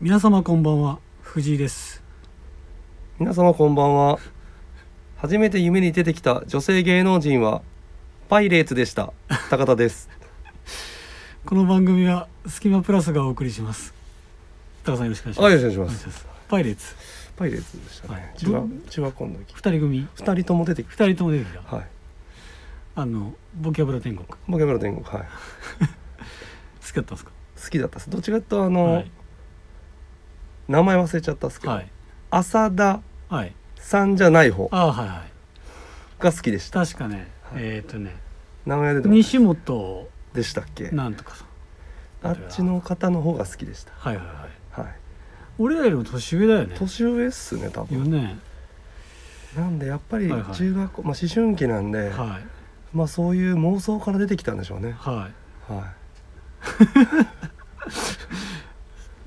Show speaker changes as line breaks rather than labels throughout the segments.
皆様こんばんは藤井です
皆様こんばんは初めて夢に出てきた女性芸能人はパイレーツでした高田です
この番組はスキマプラスがお送りします高さんよろしくお願いします
はいよろしくお願い
お願い
し
しますパイレーツ
パイレーツでしたね、
はい
中
ぶ
学中学校の時
二人組
二人とも出てき
二人とも出てきた
たはい
あのボキャブラ天国好
ボケブラ天国はい
きだったんですか
好きだったですどっちかというとあの、
はい
名前忘れちゃったっすけど、
はい
浅田
はい
さんじゃない方
ああはいはい
が好きでした
確かね、
はい
えっ、とね
名前出てま
西本
でしたっけ
なんとかさん
あっちの方の方が好きでした
はいはいはい
はい
俺らよりも年上だよね
年上っすね多
よ
分
ね
なんでやっぱり
はいはい
中学校、まあ、思春期なんで、
はい
まあそういう妄想から出てきたんでしょうね
はい
は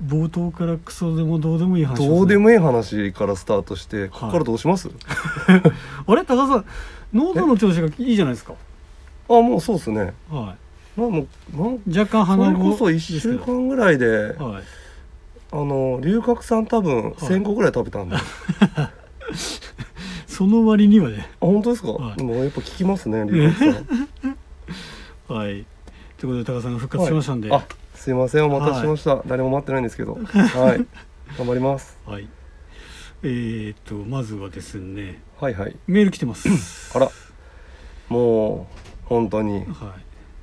冒頭からクソでもどうでもいい
い、
話をする
どうでもいい話からスタートしてここからどうします、
あれ高田さん喉の調子がいいじゃないですか
あもうそうですね
は
まあもうなん
い若干
そ
鼻
れ
声
こそ1
ですけ
週
ど
間ぐらいで、
はい
あの龍角散多分1,000個ぐらい食べ たんで、あ
その割にはね
本当ですか、
はい
もうやっぱ効きます ね龍角散
はいということで高田さんが復活しましたんで
はい
は
あすいませんお待たせしました、誰も待ってないんですけどはい頑張ります
い、えー、っとまずはですね
はいはい
メール来てます
あらもう本当に
はい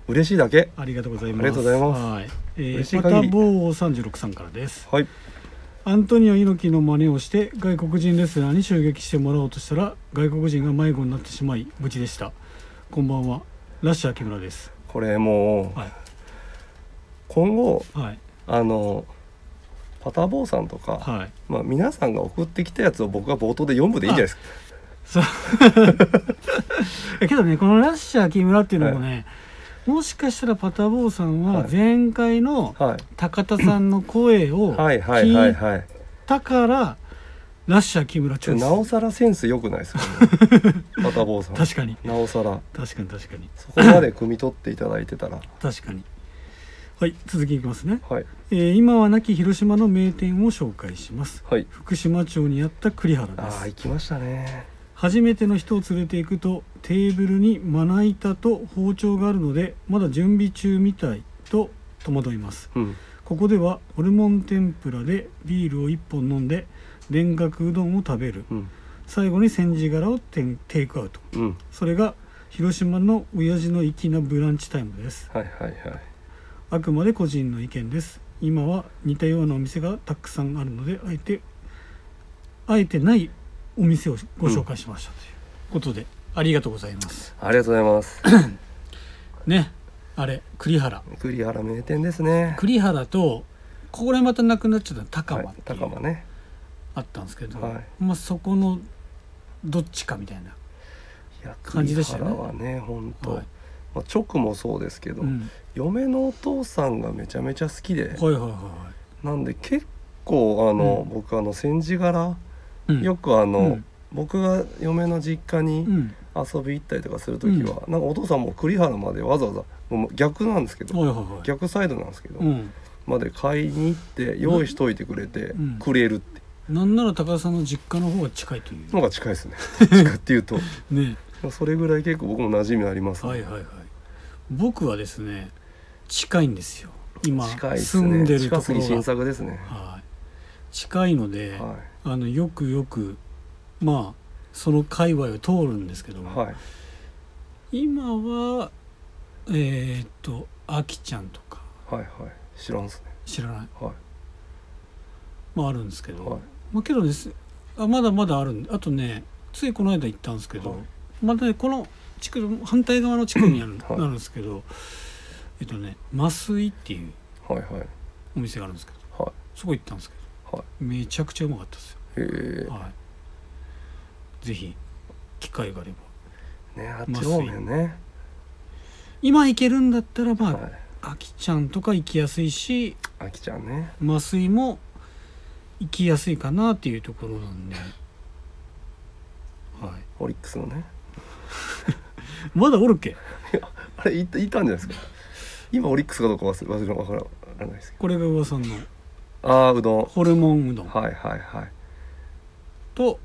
嬉しいだけ
ありがとうございます
ありがとうございます
はい、え
嬉し
ー、
い
ま
限り
た坊36さんからです
はい
アントニオ猪木の真似をして外国人レスラーに襲撃してもらおうとしたら外国人が迷子になってしまい無事でしたこんばんはラッシャー木村です
これもう
はい
今後
はい
あのパターボーさんとか、
はい
まあ、皆さんが送ってきたやつを僕が冒頭で読むでいいんじゃないですか
そうえけどねこのラッシャー木村っていうのもね、もしかしたらパタボーさんは
はい
前回の
はい、
高田さんの声を
はいはいはい
聞い
はい
たからラッシャー木村チョイ
なお
ス
さらセンス良くないですか、ね、 パタボーさん
確かに
なおさら
確かに確かに
そこまで汲み取っていただい てたら
確かにはい続きいきますね
はい
えー今は亡き広島の名店を紹介します
はい
福島町にあった栗原で
ああ
す
行きましたね
初めての人を連れて行くとテーブルにまな板と包丁があるのでまだ準備中みたいと戸惑います
うん
ここではホルモン天ぷらでビールを1本飲んで田楽うどんを食べる
うん
最後に煎じ殻をテンテイクアウト
うん
それが広島の親父の粋なブランチタイムです
はいはいはい
あくまで個人の意見です今は似たようなお店がたくさんあるのであえてあえてないお店をご紹介しましたということで、ありがとうございます
ありがとうございます
ねあれ栗原
栗原名店ですね
栗原とここら辺またなくなっちゃった高
はい
間っていう
高間ね
あったんですけど、
はい
まあそこのどっちかみたいな、
いや
感じでしたよね
栗原はね本当、
はい
まあ、直もそうですけど、
うん、
嫁のお父さんがめちゃめちゃ好き
は
で
いはいは
なんで結構あの、
う
僕あの煎じ柄
いはい
よくあの、
うん
僕が嫁の実家
く
に
うん、
遊び行ったりとかする時は、なんかお父さんも栗原までわざわざもう逆なんですけど、
はいはいはい
逆サイドなんですけど、
うん
まで買いに行って用意しといてくれて
うん
くれるって
なんなら高田さんの実家の方が近いという
のが近 いですねどっちかっていうと
ね
それぐらい結構僕も馴染みあります、
はいはいはい僕はですね近いんですよ今
近いです
住ん
ね
でると
近
こ
す
ろ
ぎ
が
新作ですね
はい、近いので、
は
あのよくよくまあその界隈を通るんですけど
い
も、
はい
今はえーっとあきちゃんとか
はいはい知らんっすね
知らない
は
まああるんですけ
い
ど、
はい
まあけどですあまだまだあるんであとねついこの間行ったんですけど、
はい
まだねこの地区の反対側の地区にある、
はい
なるんですけどえっとね麻酔っていう
はいはい
お店があるんですけど
はい
そこ行ったんですけ
はい
どめちゃくちゃうまかったです
へえ
よ、はい、ぜひ機会があれば
ねあっち方面ね
今行けるんだったらまあ、
はい
あきちゃんとか行きやすいし
あきちゃんね
麻酔も行きやすいかなっていうところなんで、はい、
オリックスのね
まだおるけ
あれいたいたんじゃないですか今オリックスかどうか忘れ忘れわからわからないですけ
これが噂の
ああうどん
ホルモンうどん
はいはいはい
と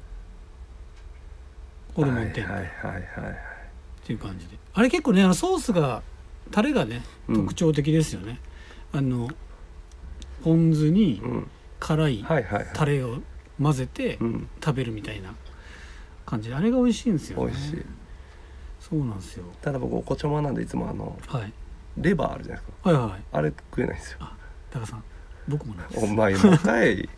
ホルモン天ぷ
はい
らっ
はいはいはい
ていう感じであれ結構ねあのソースがタレがね
うん
特徴的ですよね、あのポン酢に
うん
辛い
はいはいはい
タレを混ぜて
うん
食べるみたいな感じであれが美味しいんですよ
美
ね
味しい
そうなんですよ、
ただ僕おこちょまなんでいつもあの
はい、
レバーあるじゃないですか
はいはいはい
あれ食えないんですよ
高さん僕もなんです
お前もかい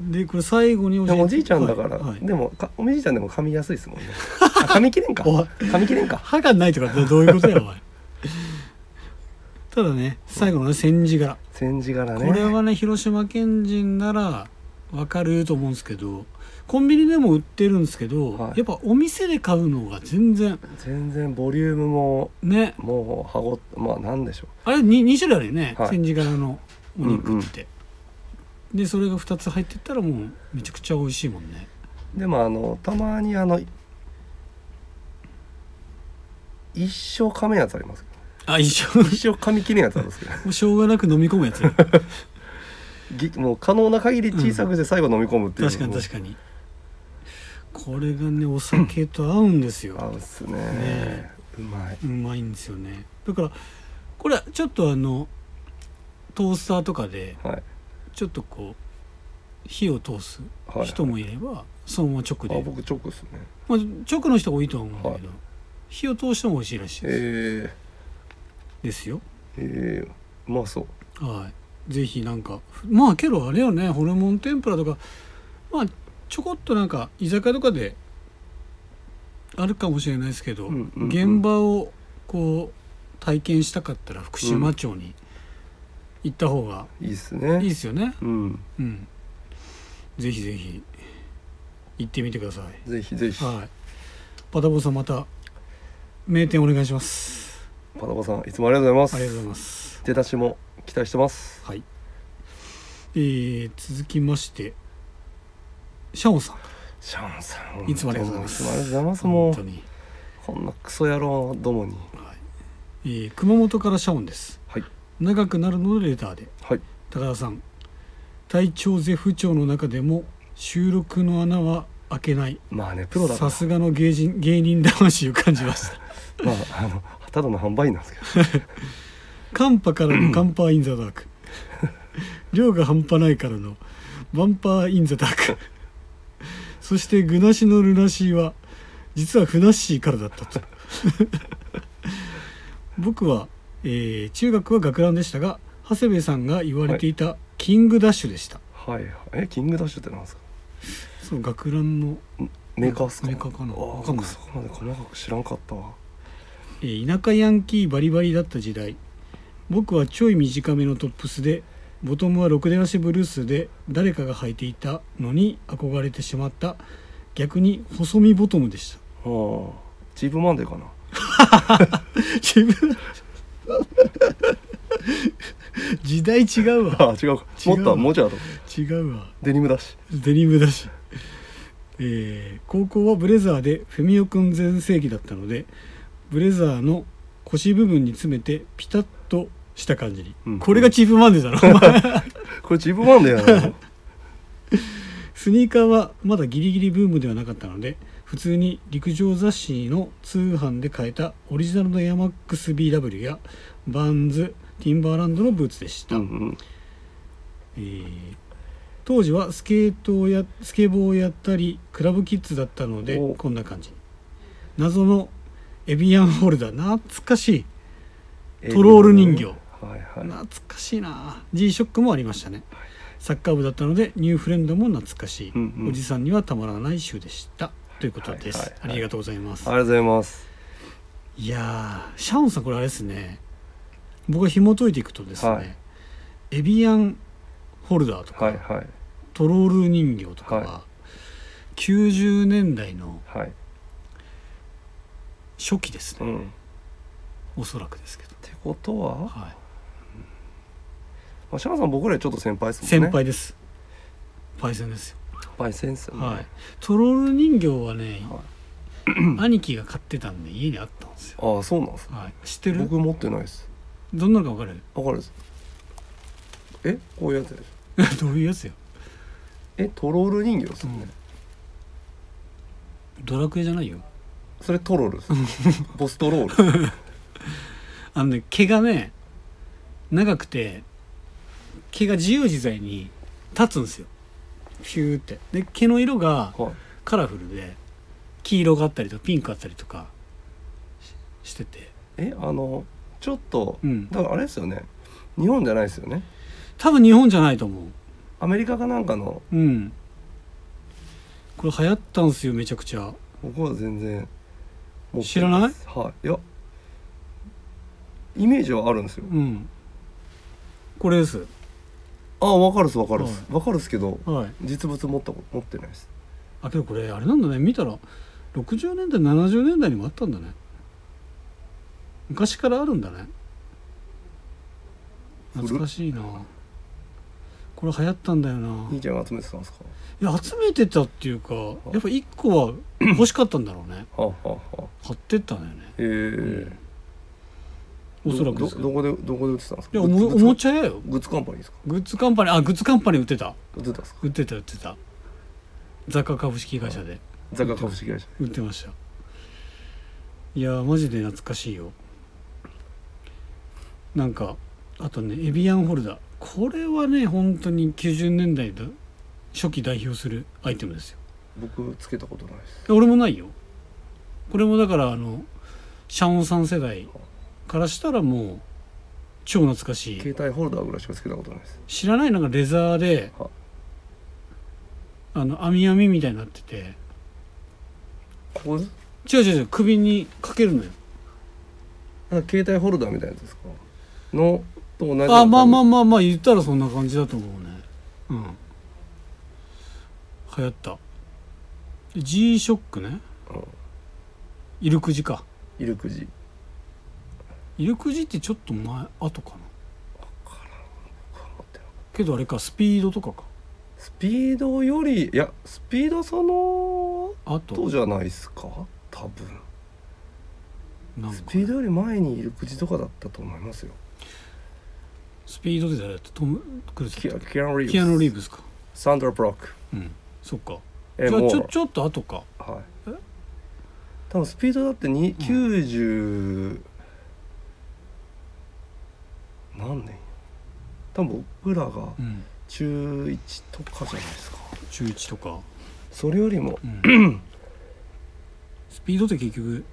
でこれ最後に教え
で
て
もおじいちゃんだから、
はいはい
でもかおじいちゃんでも噛みやすいですも んねあ噛み切れんか
おい
噛み切れんか
歯がないとかどどういうことやおい ただね最後のね煎じ殻
煎じ柄ね
これはね広島県人ならわかると思うんですけどコンビニでも売ってるんですけど、
はい
やっぱお店で買うのが全然
全然ボリュームも
ね
もうはごまあなんでしょ
あれ 2, 種類あるよね、
はい
煎じ柄のお肉って、でそれが2つ入ってったらもうめちゃくちゃ美味しいもんね
うでもあのたまにあの一生噛めんやつありますけ
あ一緒
ど一生噛み切れんやつあるんですけど
もうしょうがなく飲み込むやつ確
ぎもう可能な限り小さくして最後飲み込むっていう、
かに確かにこれがねお酒と合うんですよ
合うっすね
え
うまいう
まいんですよねだからこれちょっとあのトースターとかで
はい
ちょっとこう火を通す
はい
人もいれば、そのまま直
あ
で
僕チョコっすね
まあ、直の人が多いとは思うんだけど、火を通しても美味しいらしいです,、
え
ですよ
ー、えー、うまそう
はいぜひなんかまあけどあれよねホルモン天ぷらとかまあちょこっとなんか居酒屋とかであるかもしれないですけど、
うんうんうん
現場をこう体験したかったら福島町に行った方が
いいっすね
いいですよね
うん
うんぜひぜひ行ってみてください
ぜひぜひ
はいパタボーさんまた名店お願いします
パタコさんいつもありがとうござ
あ
い
り
ま
がとうござ
す
います
出だしも期待してます
はい、えー、続きましてシャオンさん
シャンさん
いつもありがとうございます
いつもありがとうございますも
本当
う
に、
こんなクソ野郎どもに
はいえー熊本からシャオンです
はい
長くなるのでレターで
はい
高田さん体調絶不調の中でも収録の穴は開けない
まあねプロだ
さ
か
すがの芸人芸人魂を感じました
らまああのただの販売員なんですけど
寒波からのカンパーインザダーク量が半端ないからのバンパーインザダークそして具なしのルナシーは実はフナッシーからだったと僕は、えー中学は学ランでしたが長谷部さんが言われていたキングダッシュでした、
はいはいえキングダッシュってなんですか
そう学ランの、
メーカーっすか
メーカーかな
あ
わかんない
そこまで細かく知らんかったわ
えー田舎ヤンキーバリバリだった時代僕はちょい短めのトップスでボトムはろくでなしブルースで誰かが履いていたのに憧れてしまった逆に細身ボトムでした
うんチープマンデーかな
自分時代違うわ
あ違うかもっとはもうちょい後
違うわ
デニムだし
デニムだし、えー高校はブレザーでフェミオくん全盛期だったのでブレザーの腰部分に詰めてピタッとした感じに、
うん
これがチープマンデーだろお前
これチープマンデーやな
スニーカーはまだギリギリブームではなかったので普通に陸上雑誌の通販で買えたオリジナルのエアマックス BW やバンズティンバーランドのブーツでした、
うんうん
えー当時はスケートをやスケボーをやったりクラブキッズだったので
お
こんな感じ謎のエビアンホルダー懐かしいトロール人形
はいはい
懐かしいな G ショックもありましたねサッカー部だったのでニューフレンドも懐かしい、
うんうん
おじさんにはたまらない週でしたということです、
はいはいはい
ありがとうございます、
ありがとうございます
いやーシャオンさんこれあれですね僕が紐解いていくとですね、
はい
エビアンホルダーとか、
はいはい
トロール人形とかは、
は
90年代の
はい
初期です
う
ね、
んっ
おそらくですけど、
てことは、ま
は
あ、シャンさん僕らよりちょっと先輩です
い、
もんね
先輩ですパイセンですよ、
パイセンスよね
はいトロール人形はね、
は
兄貴が買ってたんで家にあったんですよ、
ああそうなんです
はい、知ってる
僕持ってないです
どんなのか分かる
わかるですえこういうやつでし ょ
どういうやつよ
えトロール人形ですよね、
ドラクエじゃないよ
それトロールですよ ボストロール
あのね毛がね長くて毛が自由自在に立つんですよヒューってで毛の色が
はい
カラフルで黄色があったりとかピンクあったりとかししてて
えあのちょっと、
うん
だからあれですよね日本じゃないですよね
多分日本じゃないと思
アメリカかなんかの
ううんこれ流行ったんですよめちゃくちゃ
僕は全然持って
知らない
すはいいやイメージはあるんですよ
うんこれです
あわかるっすわかるっす
は
わ、かるっすけど
はい
実物持ったこと持ってないです
あけどこれあれなんだね見たら60年代70年代にもあったんだね昔からあるんだね懐かしいなこれ流行ったんだよな
兄ちゃんが集めてたんですか
いや集めてたっていうかやっぱ1個は 欲しかったんだろうね
はあ、はあはあ、
買ってったんだよね
えー
おそらくで
ど
す
ど
けど
ど
い
こでどこで売ってたんですか
やおも
グ
お
ッズ
もちゃ屋よ
グッズカンパニーですか
グッズカンパニーあグッズカンパニー売ってた
売ってたんですか
売ってた売ってた雑貨株式会社で
雑貨株式会社
売ってましたいやーマジで懐かしいよなんかあとねエビアンホルダーこれはね本当に90年代だ初期代表するアイテムですよ
僕つけたことないです
いや俺もないよこれもだからあのシャンオさん世代からしたらもう超懐かしい
携帯ホルダーぐらいしかつけたことないです
知らないなんかレザーで
は
あの網網みたいになってて
ここです
違う違う違う首にかけるのよ
なんか携帯ホルダーみたいなやつですかのと同じ
あまあまあ
あ
まあまあ言ったらそんな感じだと思うねうん流行ったで G ショックね
うん
イルクジか
イルクジ
イルクジってちょっと前後かな
僕は持ってなかっ
けどあれかスピードとかか
たスピードよりいやスピードその
あ
後
と
じゃないですか多分
なん
ス
か
ピードより前にイルクジとかだったと思いますよ
スピードで誰だったトム・クルーズ
キ
だ
ア
っ
キアヌ・リ
た
ーブス
キアノ・リーブスか
サンドラ・ブロック
うんそっか
え
じゃあ
もう
ちょちょっと後か
はい
え
多分スピードだってに90、何年多分僕らが
うん
中1とかじゃないですか
中1とか
それよりも
うんスピードって結局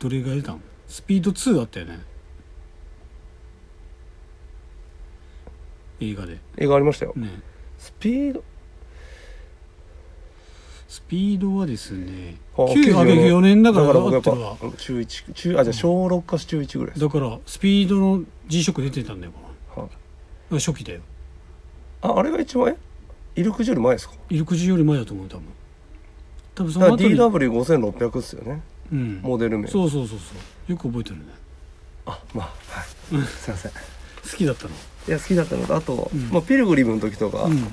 どれが出たんスピード2あったよね映画で
映画ありましたよ
ね
スピード
スピードはですね
あ
9あ94年だ
だ
から
から僕
合
や
っ
ってぱ
るわ
うん中1中あじゃあ小6か中1ぐらいです、
だからスピードの G ショック出てたんだよこ
はい
れ初期だよ
ああれが一番えイルクジより前ですか
イルクジより前だと思う多分多分そ
だか
の
ら
後に、
DW5600 っすよね
うん、
モデル名
そうそうそうそうよく覚えてるね
あまあはいすいません
好きだったの
いや好きだったのとあと、
うん
まあ、ピルグリムの時とか、
うん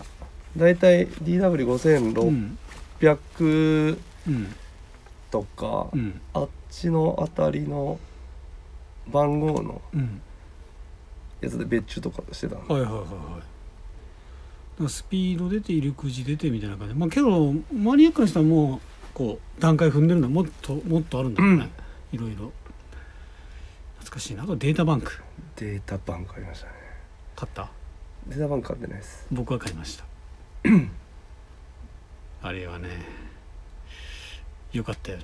だいたい
う
DW5600
んうん
とか、
うん
あっちのあたりの番号の
うん
やつで別注とかしてたんで、
はいはいはいはいだからスピード出てイルクジ出てみたいな感じまあけどマニアックな人はもうこう段階踏んでるのはもっともっとあるんだろうね、いろいろ懐かしいなあとデータバンク
データバンクありましたね
買った
データバンク買ってないです
僕は買いま したあれはねよかったよね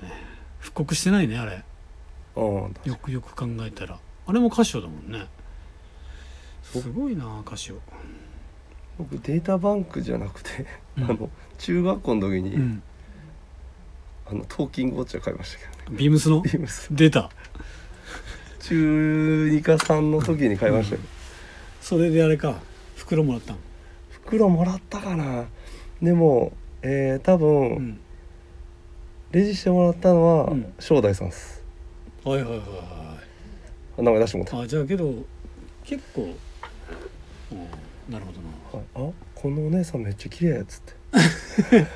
復刻してないねあれ
うん
よくよく考えたらあれもカシオだもんねすごいなカシオ
僕データバンクじゃなくて、
うん
あの中学校の時に、
うん
あのトーキングウォッチを買いましたけどね
ビームスの
ビームス
出た
中2か3の時に買いましたよ、
それであれか袋もらったの
袋もらったかなでもえー、多分、
うん
レジしてもらったのは、
うん
正代さんです
はいはいはい
あ名前出してもらっ
はいあじゃあけど結構うんなるほどな
た、はいあこのお姉さんめっちゃ綺麗やっつって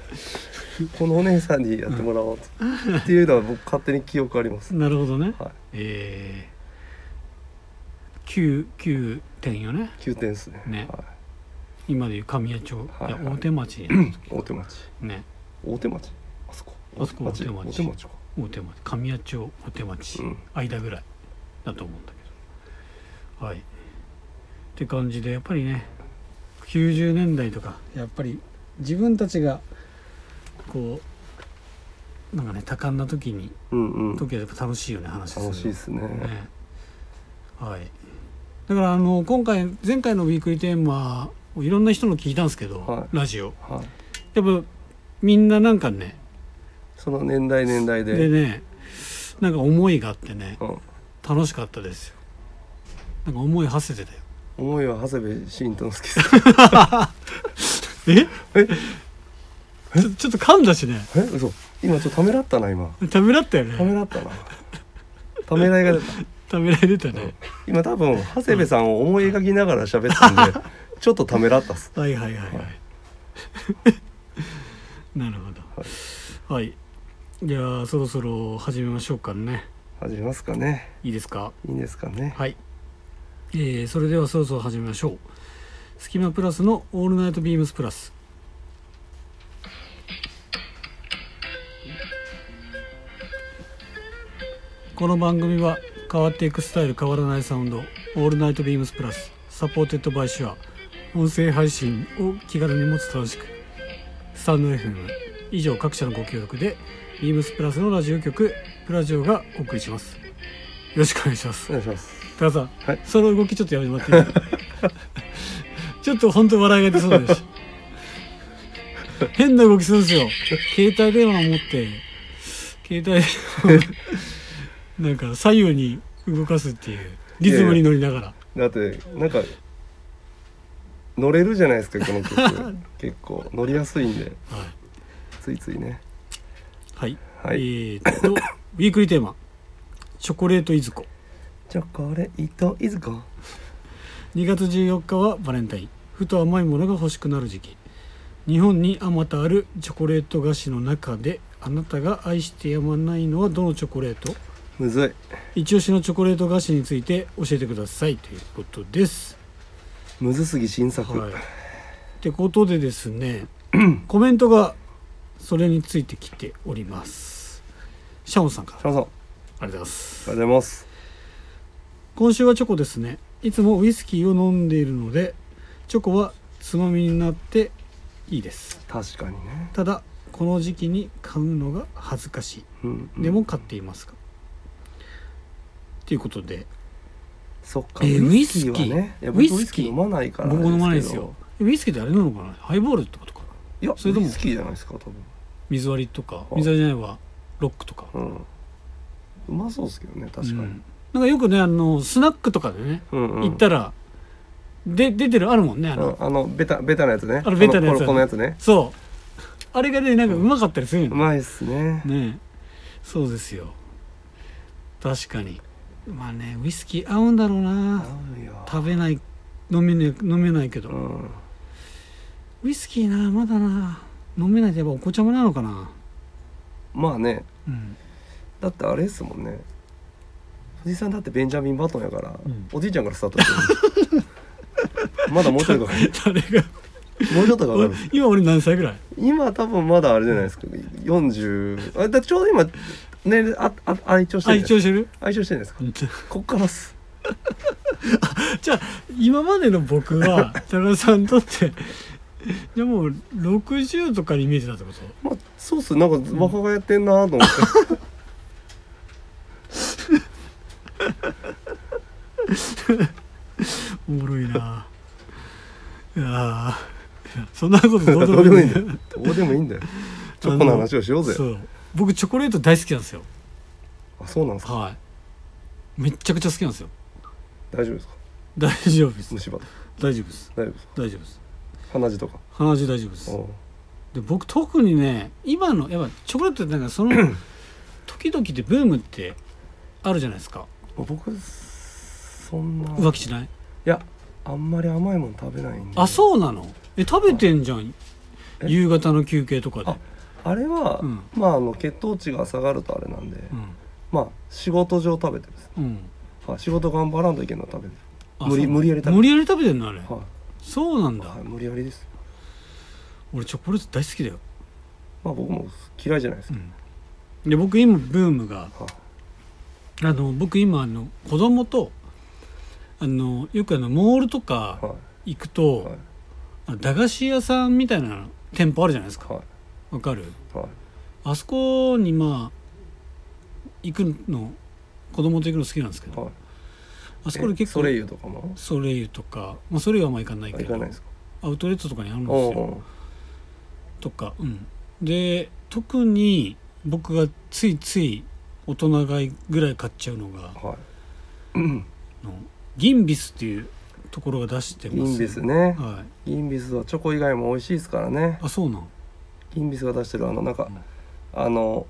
このお姉さんにやってもらおうっつってっていうのは僕勝手に記憶あります
なるほどね
はい
えー9 9点よね
9点ですね
ね
は
今でいう神谷町、
はいいはい
や大手町
い、大手町
ね
大手町あそこ
あそこ
大手
大手町
町大手町か
大手町神谷町大手町、
うん
間ぐらいだと思うんだけどはいって感じでやっぱりね90年代とかやっぱり自分たちがこうなんかね多感な時に
うんうん楽
時はやっぱ楽しいよね話するの
しいですね
ねはいだからあの今回前回のウィークリーテーマをいろんな人の聞いたんですけど、
はい
ラジオ
はい
やっぱみんななんかね
その年代年代で
でねなんか思いがあってね
うん、
楽しかったですよなんか思い馳せてたよ
思いは長谷部慎太介さん
えちょちょっと噛んだしね
え嘘今ちょっとためらったな今
ためらったよ
ため
ね
らったなためらいが出た
ためられてたね、
今多分長谷部さんを思い描きながら喋ったんで ちょっとためらったっす
はいはいはいはい、
は
なるほどはい、じゃあそろそろ始めましょうかね
始めますかね
いいですか
いいんですかね
はい、えーそれではそろそろ始めましょう「スキマプラス」の「オールナイトビームスプラス」この番組は変わっていくスタイル変わらないサウンド「オールナイトビームスプラス」サポーテッドバイシュア音声配信を気軽に持つ楽しくスタンド FM 以上各社のご協力でビームスプラスのラジオ局プラジオがお送りしますよろしくお願いします
お願いします
高田さん、
はい
その動きちょっとやめてもらっていい ですかちょっと本当笑いが出そうです変な動きするんですよ携帯電話を持って携帯電話 をなんか左右に動かすっていうリズムに乗りながら
だってなんか乗れるじゃないですかこ の曲結構乗りやすいんでついついね
はい、
は
え
い
ーっとウィークリーテーマ「チョコレートいずこ
チョコレートいずこ」
2月14日はバレンタインふと甘いものが欲しくなる時期日本にあまたあるチョコレート菓子の中であなたが愛してやまないのはどのチョコレート
むずい
一押しのチョコレート菓子について教えてくださいということです。
むずすぎ新作、
はい、ってことでですねコメントがそれについてきております。シャオンさんからあ
シャンさんあ
りがとうございます。
りがとうございます
今週はチョコですねいつもウイスキーを飲んでいるのでチョコはつまみになっていいです
確かにね、
ただこの時期に買うのが恥ずかし
うんうん
いでも買っていますか、ということで
そっか、
えー
ウイスキーはねいや
ウ
僕ウ
イ
イ
スキー
スキー飲まないから
僕も飲まないで
け
す
ど
よウイスキーってあれなのかなハイボールってことかない
や
そ
そ
れ
れ
と
で
も
もウイスキーじゃないですか多分
水割りとか
い
水割りじゃないわロックとか
うんうまそうですけどね確かに、
うんなんかよくねあのスナックとかでね、
うんうん
行ったらで出てるあるもんねあ
う
の、
んあのベタベタなやつね
あのベタなやつ
このこのこのやつね
そうあれがねなんかうまかったりするよね
うまいっ すね
ねえそうですよ確かにまあねウイスキー合うんだろう
合
な
うよ
食べない飲め,、ね、飲めないけど、
うん
ウイスキーなまだな飲めないとやっぱお子ちゃまなのかな
まあね
うん
だってあれですもんね藤井さんだってベンジャミン・バトンやから、
うん
おじいちゃんからスタートして るまだもうちょっとかかる
誰が
もうちょっとかかる
今俺何歳ぐらい
今多分まだあれじゃないですか40あだちょうど今年齢ああ愛聴して
あ
るん
一
です
応してる
愛聴してるんですかこっからっす
じゃあ今までの僕は高田さんにとってじゃあもう60とかのイメージだってこと
まあそうっすなんか若返ってんなと思って、
おもろいないやーいやそんなことどうで
どう
も
でも
い
いい
い
ん
ん
だ
だ
よどうでもいいんだよチョコの話をしようぜ
そう僕チョコレート大好きなんですよ
あそうなんですか
はいめっちゃくちゃ好きなんですよ
大丈夫ですか
大丈夫です
虫歯とか
大丈夫です
大丈夫ですか
大丈夫です
鼻血とか
鼻血大丈夫です
おう
で僕特にね今のやっぱチョコレートってなんかその時々でブームってあるじゃないですか
まあ僕そんな
浮気しない
いやあんまり甘いもん食べないんで
あそうなのえ食べてんじゃん
え
夕方の休憩とかで
ああれは、
うん
まああの血糖値が下がるとあれなんで、
うん
まあ仕事上食べてるんです
うん
はい仕事頑張らんといけんの食べてる
あ
無理
そう
無理やり食べ
無理やり食べてんのあれ
は
そうなん
い、
だ
はい、無理やりです
俺チョコレート大好きだよ、
まあ僕も嫌いじゃないです
う
か、
ん、で僕今ブームが
はい
あの僕今あの子供とあのよくあのモールとか
は
行く
いは
と
い
あの駄菓子屋さんみたいな店舗あるじゃないですか
は
わかる
いはい
あそこにまあ行くの子供と行くの好きなんですけど
はい
あそこで結構
えソレイユとかも
ソレイユとか、まあ、ソレイユはまあ行かない
あ
け
行か
ど
ないですか
アウトレットとかにあるん
お
で
う
すよ
おう
とか、うん、で特に僕がついつい大人買いぐらい買っちゃうのが
はいうん
あのギンビスっていうところが出して
ギ
ます
ンビスね
はい
ギンビスはチョコ以外も美味しいですからね
あそうなん
ギンビスが出してるあのなんか
うん
あの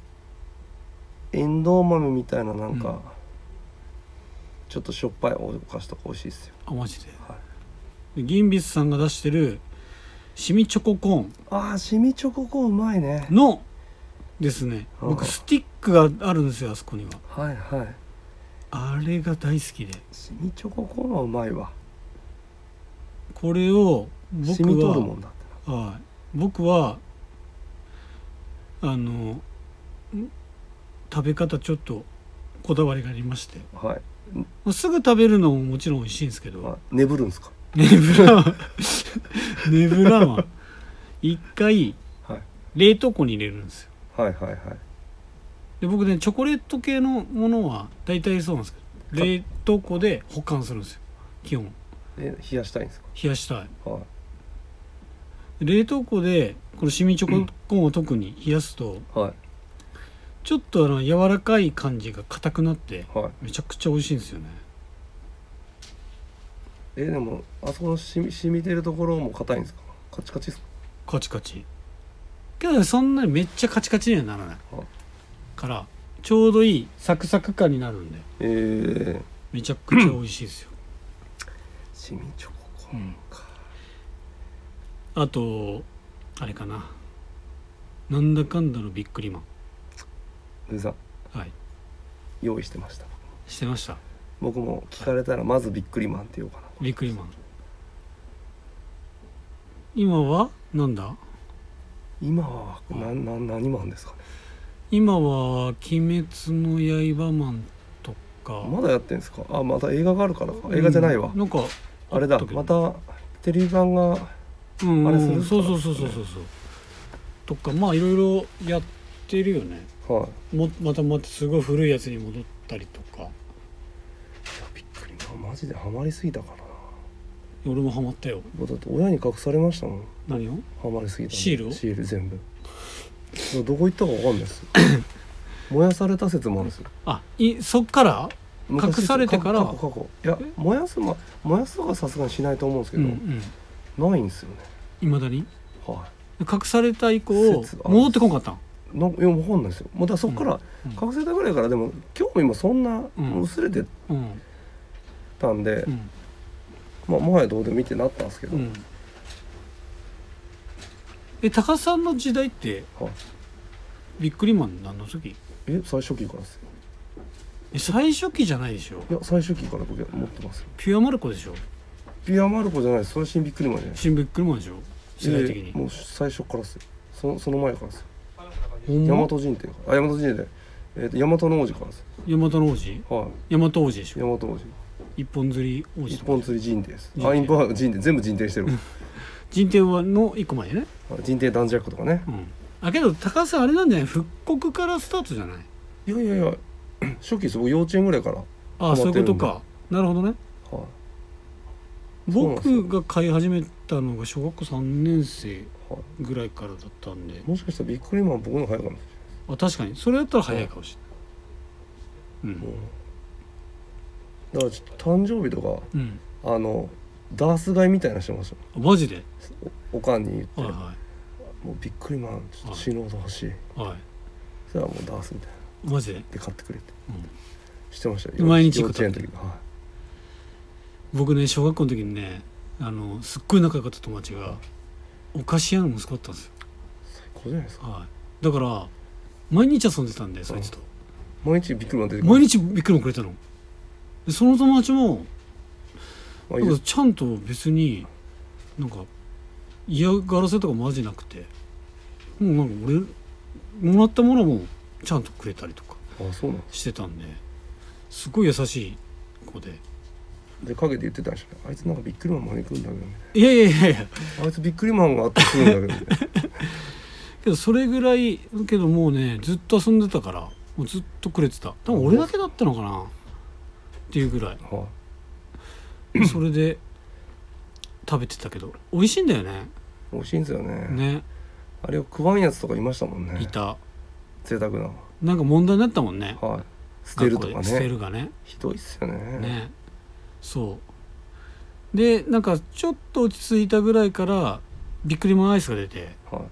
エンドウ豆みたいななん
うん
かちょっとしょっぱいお菓子とか美味しいですよ
あマジで
は
でギンビスさんが出してるシミチョココーン
あーシミチョココーンうまいね
のですね
うん
僕スティックがあるんですよあそこには
はいはい
あれが大好きで
シミチョココーンはうまいわ
これを
シ
僕
ミ取るも
は
んだって
はい僕はあのん食べ方ちょっとこだわりがありまして
なはい
まあすぐ食べるのももちろん美味しいんですけど、
あ眠るんですか
ネブラマンネブラマン一回
はい
冷凍庫に入れるんですよ
はいはいはい
で僕ねチョコレート系のものは大体そうなんですけど
か
冷凍庫で保管するんですよ基本
え冷やしたいんですか
冷やしたい
はい
冷凍庫でこのシミチョココーンを特に冷やすと、
はい
ちょっとあの柔らかい感じが硬くなって
はい
めちゃくちゃ美味しいんですよね
えでもあそこのしみ染みてるところも硬いんですかカチカチですか
カチカチけどそんなにめっちゃカチカチにはならない
はい
からちょうどいいサクサク感になるんで
えー、
めちゃくちゃ美味しいですよ、
シミチョココ
う
ー
ん
ンか、
あとあれかななんだかんだのびっくりマン
うさん
はい
用意してました
してました
僕も聞かれたらまずびっくりマンって言おうかな
ビックリマン今はなんだ
今はなな何マンですかね
今は「鬼滅の刃マン」とか
まだやってんですかあまた映画があるからか映画じゃないわ、
うんなんか
あれだ
あったけど
またテレビ版が
うん
あれする
うんそうそうそうそうそうそうとかまあいろいろやってるよね
はい
もまたまたすごい古いやつに戻ったりとか
びっくりマンマジでハマりすぎたからな
俺もハマったよ
僕だって親に隠されましたもん
何を
ハマりすぎたんで
シールを
シール全部どこ行ったかわかんないです 燃やされた説もあるんですよ
あいそっから
昔
隠されてから
過去過去過去いや燃やすま燃やすはさすがにしないと思うんですけ
うん
ど、
うん
ないんですよね
いまだに
は
隠された以降
説ある
戻ってこんかったん
いなんかいやわかんないですよもうだからそこから
うん
覚醒たぐらいからでも興味もそんな
うん
薄れて
うん
たんで、
うん
まあもはやどうでもいいってなったんですけど、
うんえ高須さんの時代って
はい
ビックリマン何の時
え最初期からですよ
え最初期じゃないでしょ
いや最初期から僕は持ってますよ
ピュアマルコでしょ
ピアマルコじゃないですそれ新びっくりマンじゃないです
新ビックリマンでしょ世代的に、
えーもう最初からですよそのその前からですよ
ほん
大
ま
和神帝からあ大和神帝で、えー、と大和の王子からです
大和の王子
は
大和王子でし
い
ょ
大和王子
一本釣り王子
一
と
本
か
釣り神帝です
神帝
あインパー神帝全部神 帝してる
人帝はの一個前ね
人定断弱とかね
うんあけど高須さんあれなんじゃない復刻からスタートじゃない
いやいやいや 初期です僕幼稚園ぐらいから、は
ああ
ハ
そうい
マ
う
って
こ
るんだ
とかなるほどね
い、そうなんですよ
僕が買い始めたのが小学校3年生ぐらいからだったんで
もしかしたらビックリマン僕の方が早いかもし
あ確かにそれだったら早いかもしれない
れない、うん、だからちょっと誕生日と
うん、うん、
かあのダース買いみたいなのしてましたも
あマジで
んおおかんに言って、
はいは
もうビックリマンちょっと死ぬほど欲しい
いはい
そしたらもうダースみたいな
マジで
で買ってくれて、
うん
してましたよ
毎日
幼
行くと
稚園の時は
僕ね小学校の時にねあのすっごい仲良かった友達がお菓子屋の息子だったんですよ、
い最高じゃないですか
はい、だから毎日遊んでたんでそいつと
毎日ビックリマン出てくる
毎日びっくりもくれたのでその友達も
まあ
だ
いい
か
で
ら
す
ちゃんと別になんか嫌がらせとかマジなくてもうなんか俺もらったものもちゃんとくれたりとか
あそうなん
してたんですごい優しい子で
で陰で言ってたんでしょあいつなんかビックリマン招くんだけどみ
いやいやいやいや
たいなあいつビックリマンがあってくるんだけどみたいな
けどそれぐらいけどもうねずっと遊んでたからもうずっとくれてた多分俺だけだったのかなっていうぐらい
はい
それで食べてたけど美味しいんだよね
美味しいんですよね
ね
あれを食わんやつとかいましたもんね
いた
贅沢な
なんか問題になったもんね
はい捨てるとか
学校で捨て
ね
るがね
ひどいっすよね
ねそうでなんかちょっと落ち着いたぐらいからビックリマンアイスが出て
はい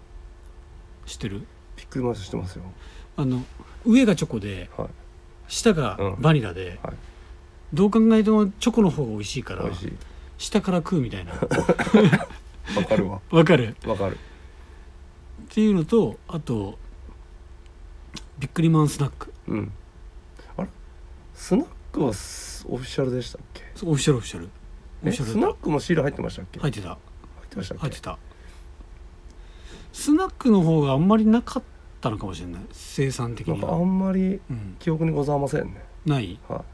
知ってる
ビックリマンしてますよ
あの上がチョコで
はい
下が
うん
バニラで、
はい
どう考えてもチョコの方が美味しいから
美味しい
下から食うみたいな
わ かるわ
わかる
わかる
っていうのとあとビックリマンスナック
うんあれスナックはすオフィシャルでしたっけ
そうオフィシャルオフィシャルオフ
え
ィシャ
ス
ル
ナ
だっ
ックもシール入ってましたっけ
た入ってた
入ってましたっけ
入ってたスナックの方があんまりなかったのかもしれない生産的
なん
に
かあ
は、
んまり
うん、
記憶にございませんね
ない
は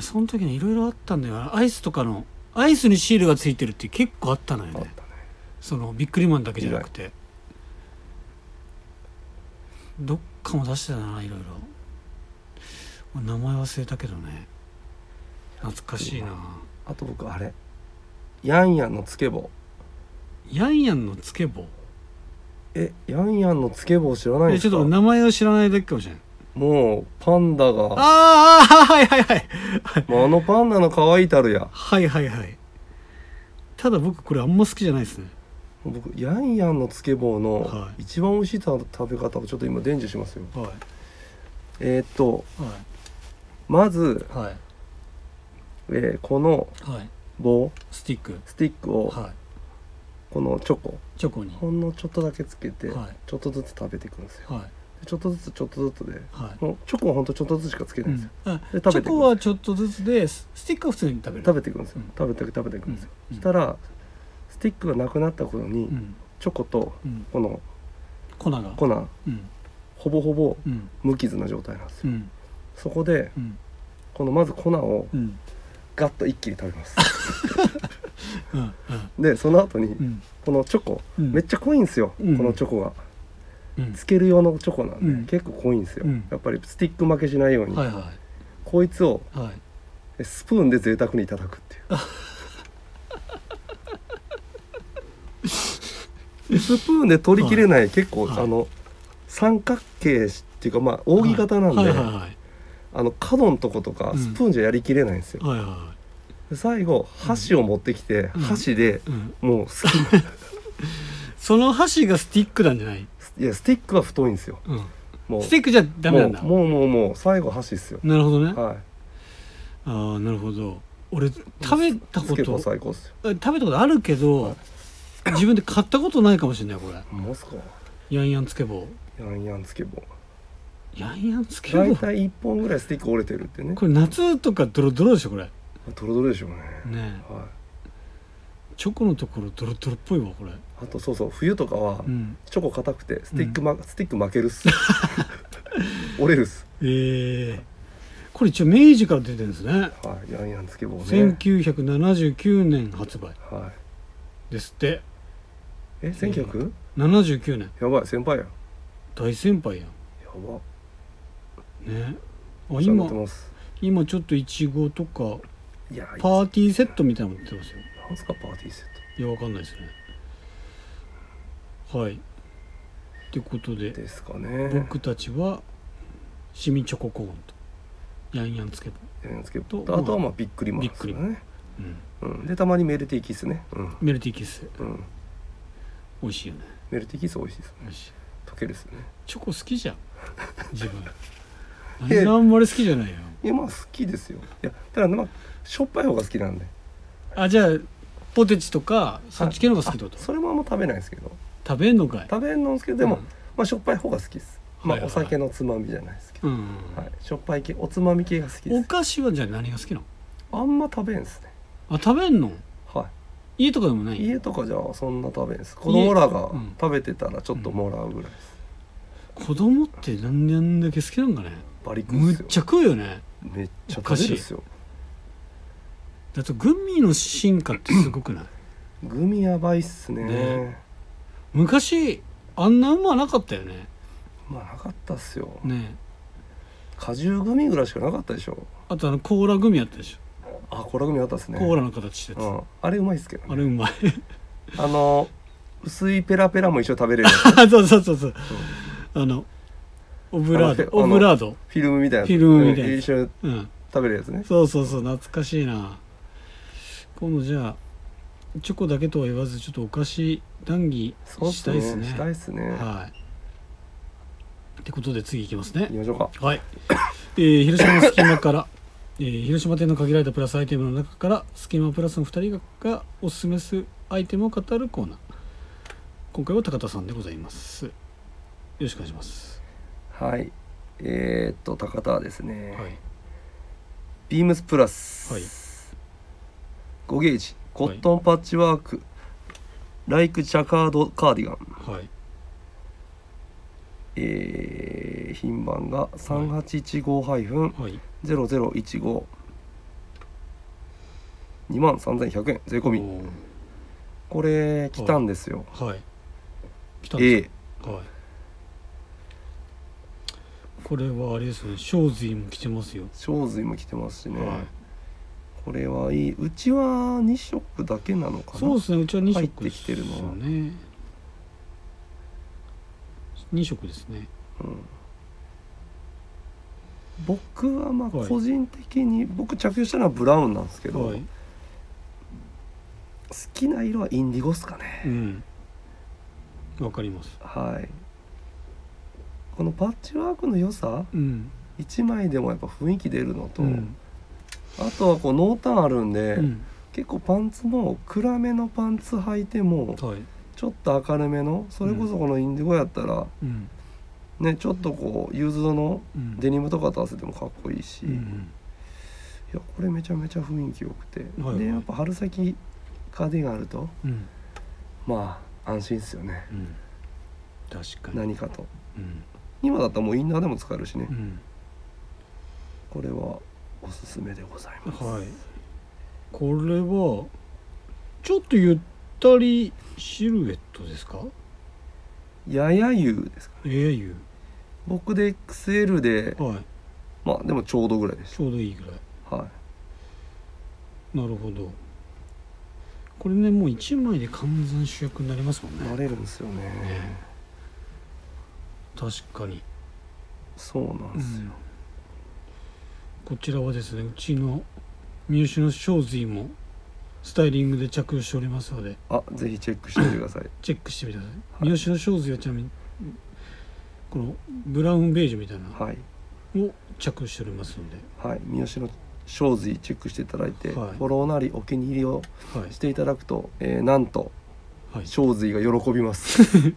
その時にいろいろあったんだよなアイスとかのアイスにシールがついてるって結構あったのよ
いあった
ね
ね
そのビックリマンだけじゃなくてどっかも出してたないろいろ名前忘れたけどね懐かしいな
あと僕あれヤンヤンのつけ棒
ヤンヤンのつけ棒
えヤンヤンのつけ棒知らないん
え
で
ちょ
す
っ
か
と名前を知らないだけかもしれない
もうパンダが
ああはいはいはい
もうあのパンダの可愛いたるや
はいはいはいただ僕これあんま好きじゃないですね
僕ヤンヤンのつけ棒の
はい
一番美味しいた食べ方をちょっと今伝授しますよ
はい
えーっと
は
まず、
いはい
えーこの
はい
棒
スティック
スティックを
は
このチョコ
いチョコに
ほんのちょっとだけつけて、
はい
ちょっとずつ食べていくんですよ
はい
でちょっとずつちょっとずつで
はい
もうチョコはほんとちょっとずつしかつけな
う
いんです
んあ
よ、、で
チ
食べ
ョ
て
コ
いくんです
はちょっとずつでススティックは普通に食べる
食べていくんです
う
よ、
ん
食べて食べていくんですよ、
うん
したらスティックがなくなった頃に、
うん
チョコと
うん
この
粉が
粉
うん
ほぼほぼ
うん
無傷な状態なんですよ、
うん
そこで
うん
このまず粉を
うん
ガッと一気に食べます
うん
でその後に
うん
このチョコ、
うん
めっちゃ濃いんですよ、
うん
このチョコが
うん
つける用のチョコなんで、
うん
結構濃いんですよ、
うん
やっぱりスティック負けしないように、
はいは
こいつを
いはい
スプーンで贅沢にいただくっていうスプ ーンで取りきれない、結構、
はい
あの三角形っていうかまあ扇形なんで、
はいはいはい
あの角のとことか
うん
スプーンじゃやりきれないんですよ、
はいは
で最後箸を持ってきて、
うん
箸で
いうん
もう好きな
その箸がスティックなんじゃない
いやスティックは太いんですよ
うん
もう
スティックじゃダメなんだ
もうもうもうもう最後箸ですよ、
なるほどね
はい
ああなるほど俺食べたこ
つけ棒
と
最高ですよ
え食べたことあるけど、
はい
自分で買ったことないかもしれないこれ
モスコ
ヤンヤンつけ棒
ヤンヤンつけ棒
ヤンヤンつけ
大
棒
体1本ぐらいスティック折れてるってね
これ夏とかドロドロでしょこれ
ドロドロでしょうね
ねえ
は
チョコのところドロドロっぽいわこれ
い、あとそうそう冬とかは
うん
チョコ硬くてスティック、まスティック負けるっ す折れるっす、
えー、これ一応明治から出てるんですね
はい、ヤンヤンつけ棒ね、
1979年発売
はい、
ですって
え 1900?
79年
やばい先輩やや
大先輩やん
ば
ね
お
あ
世話にな
今
ってます
今ちょっとイチゴとか
いや
パーティーセットみたいなの売ってますよ
なんすかパーティーセッ
いやわかんないですねはいってことで
トですかね
僕たちはシミチョココーンとヤンヤンつけた、
ヤンヤンつけ棒
と
とあとはまあビックリマンです
ビッ
よ
ク
ね、
うん、
うん、でたまにメルティーキッスねうん、
メルティーキッス
うん、
美味しいよね
メルティーキッス美味しいです
美味しい
溶けるっすよね
チョコ好き じゃん自分
え
何があんまり好きじゃないよ
いやまあ好きですよいやただまあしょっぱい方が好きなんで
あじゃあポテチとかそっち系のが好きだと
それもあんま食べないですけど
食べんのかい
食べるのですけどでも、
うん
まあしょっぱい方が好きです、
はい
まあ
はい
お酒のつまみじゃないですけど、
うん、
はい、しょっぱい系おつまみ系が好きで
お
す
菓子はじゃあ何が好きなの
あんま食べんですね
あ食べんの
は、
家とかでもないい
家とかじゃあそんな食べんです子供らが
うん
食べてたらちょっともらうぐらいです、
子供って何であんだけ好きなんかね
バリ食う
む
っ
っ
すよ
ちゃ食うよね
めっちゃ食べるっすよ
だとグミの進化ってすごくない
グミやばいっすね
ね昔あんなうまなかったよね
まあなかったっすよ
ね
果汁グミぐらいしかなかったでしょ
あとあのコーラグミあったでし
あコーラグミあったっす
ょ、
ね
コーラの形して
う
や
ん、あれうまいっすけど、
つ、
ね、
あれうまい
あの薄いペラペラも一緒に 食べれるやつ
あそうそうそうそうあのオブラード
あの
オブラード
フィルムみたいなやつ
フィルムみたいな
うん
やつ
一緒に
うん
食べるやつね
そうそうそう懐かしいな今度じゃあチョコだけとは言わずちょっとお菓子談義
そうっ
したいですね
したいっすね
はいってことで次いきますね
行きましょうか
はい、えー広島の隙間から、えー広島店の限られたプラスアイテムの中から隙間プラスの2人ががおすすめするアイテムを語るコーナー今回は高田さんでございますよろしくお願いします、
はいえー、っと高田はですね、
はい、
ビームスプラス、
はい
5ゲージコットンパッチワーク、ライクジャカードカーディガン
はい、
えー、品番が3815-0015
はい、
2万3100円税込み
おー
これ来たんですよ、
はい来たんです
A
か、はいこれはあれですね正髄も来てますよ、
小髄も来てますしね、
は
これはいいうちは2色だけなのか
い、
な
そうですねうちは2
入っ
色
て
で
き
す
て
よ
るのは
ね2色ですね
うん僕はまあ
はい
個人的に、僕着用したのはブラウンなんですけど、
はい
好きな色はインディゴっすかね、
うん。わかります。
はいこのパッチワークの良さ
うん。
1枚でもやっぱ雰囲気出るのと、
うん。
あとはこう濃淡あるんで、
うん
結構パンツも暗めのパンツ履いても
はい。
ちょっと明るめのそれこそこのインディゴやったら、
うん。
ねちょっとこうユーズドの
うん。
デニムとかと合わせてもかっこいいし、
うんう
い
ん。
やこれめちゃめちゃ雰囲気良くて、
はいはい
でやっぱ春先カーディガンあると
うん。
まあ安心っすよね
うん。確かに。
何かと
うん。
今だったらもうインナーでも使えるしね、
うん。
これはおすすめでございます、
はい。これは。ちょっとゆったりシルエットですか。
ややゆですか
ええ、ゆ。
僕で XL で
はい。
まあでもちょうどぐらいでし
ちょうどいいぐらい。
たはい
なるほど。これね、もう一枚で完全主役になりますもん
慣
ね。
れるんですよね
ね確かに。
そうなんですよ、
こちらはですねうちの入手の正髄もスタイリングで着用しておりますので
あぜひチェックしてみてください
チェックしてみてください、
はい
入手の正髄はちなみにこのブラウンベージュみたいな
はい
のを着用しておりますので、
はい三好の正髄チェックしていただいて、
はい
フォローなりお気に入りを
はい
していただくと、えーなんと
はい、
正髄が喜びます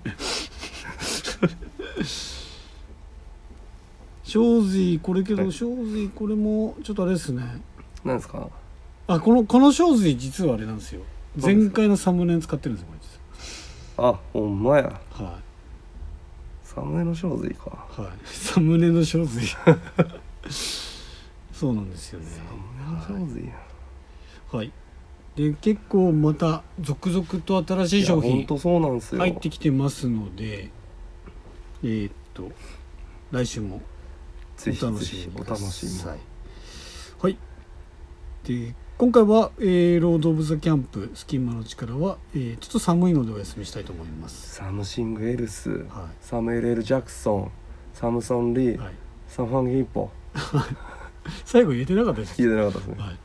正髄これけ
は
ど
い
正髄これもちょっとあれですね
なんですか
あこのこの正髄実はあれなんですよ
そうです
前回のサムネに使ってるんですよこれ実
あほんまや
ははい
サムネの正髄か
はい サムネの正髄そうなんですよね
サムネの正髄や、
はい、で結構また続々と新しい
いや
商
ほん
品
とそうなんですよ
入ってきてますのでえーっと来週もお
ぜひぜ
楽し
ひ
み
お
くだ
楽しみに
さいはいで今回は、えーロード・オブ・ザ・キャンプ」「スキンマの力は」えーちょっと寒いのでお休みしたいと思います
サムシング・エルス
は
サムエル・エル・ジャクソンサムソン・リ
い、
ー、
はい、
サムファン・ギンポ
最後言えてなかったです
聞いてなかったですね
はい、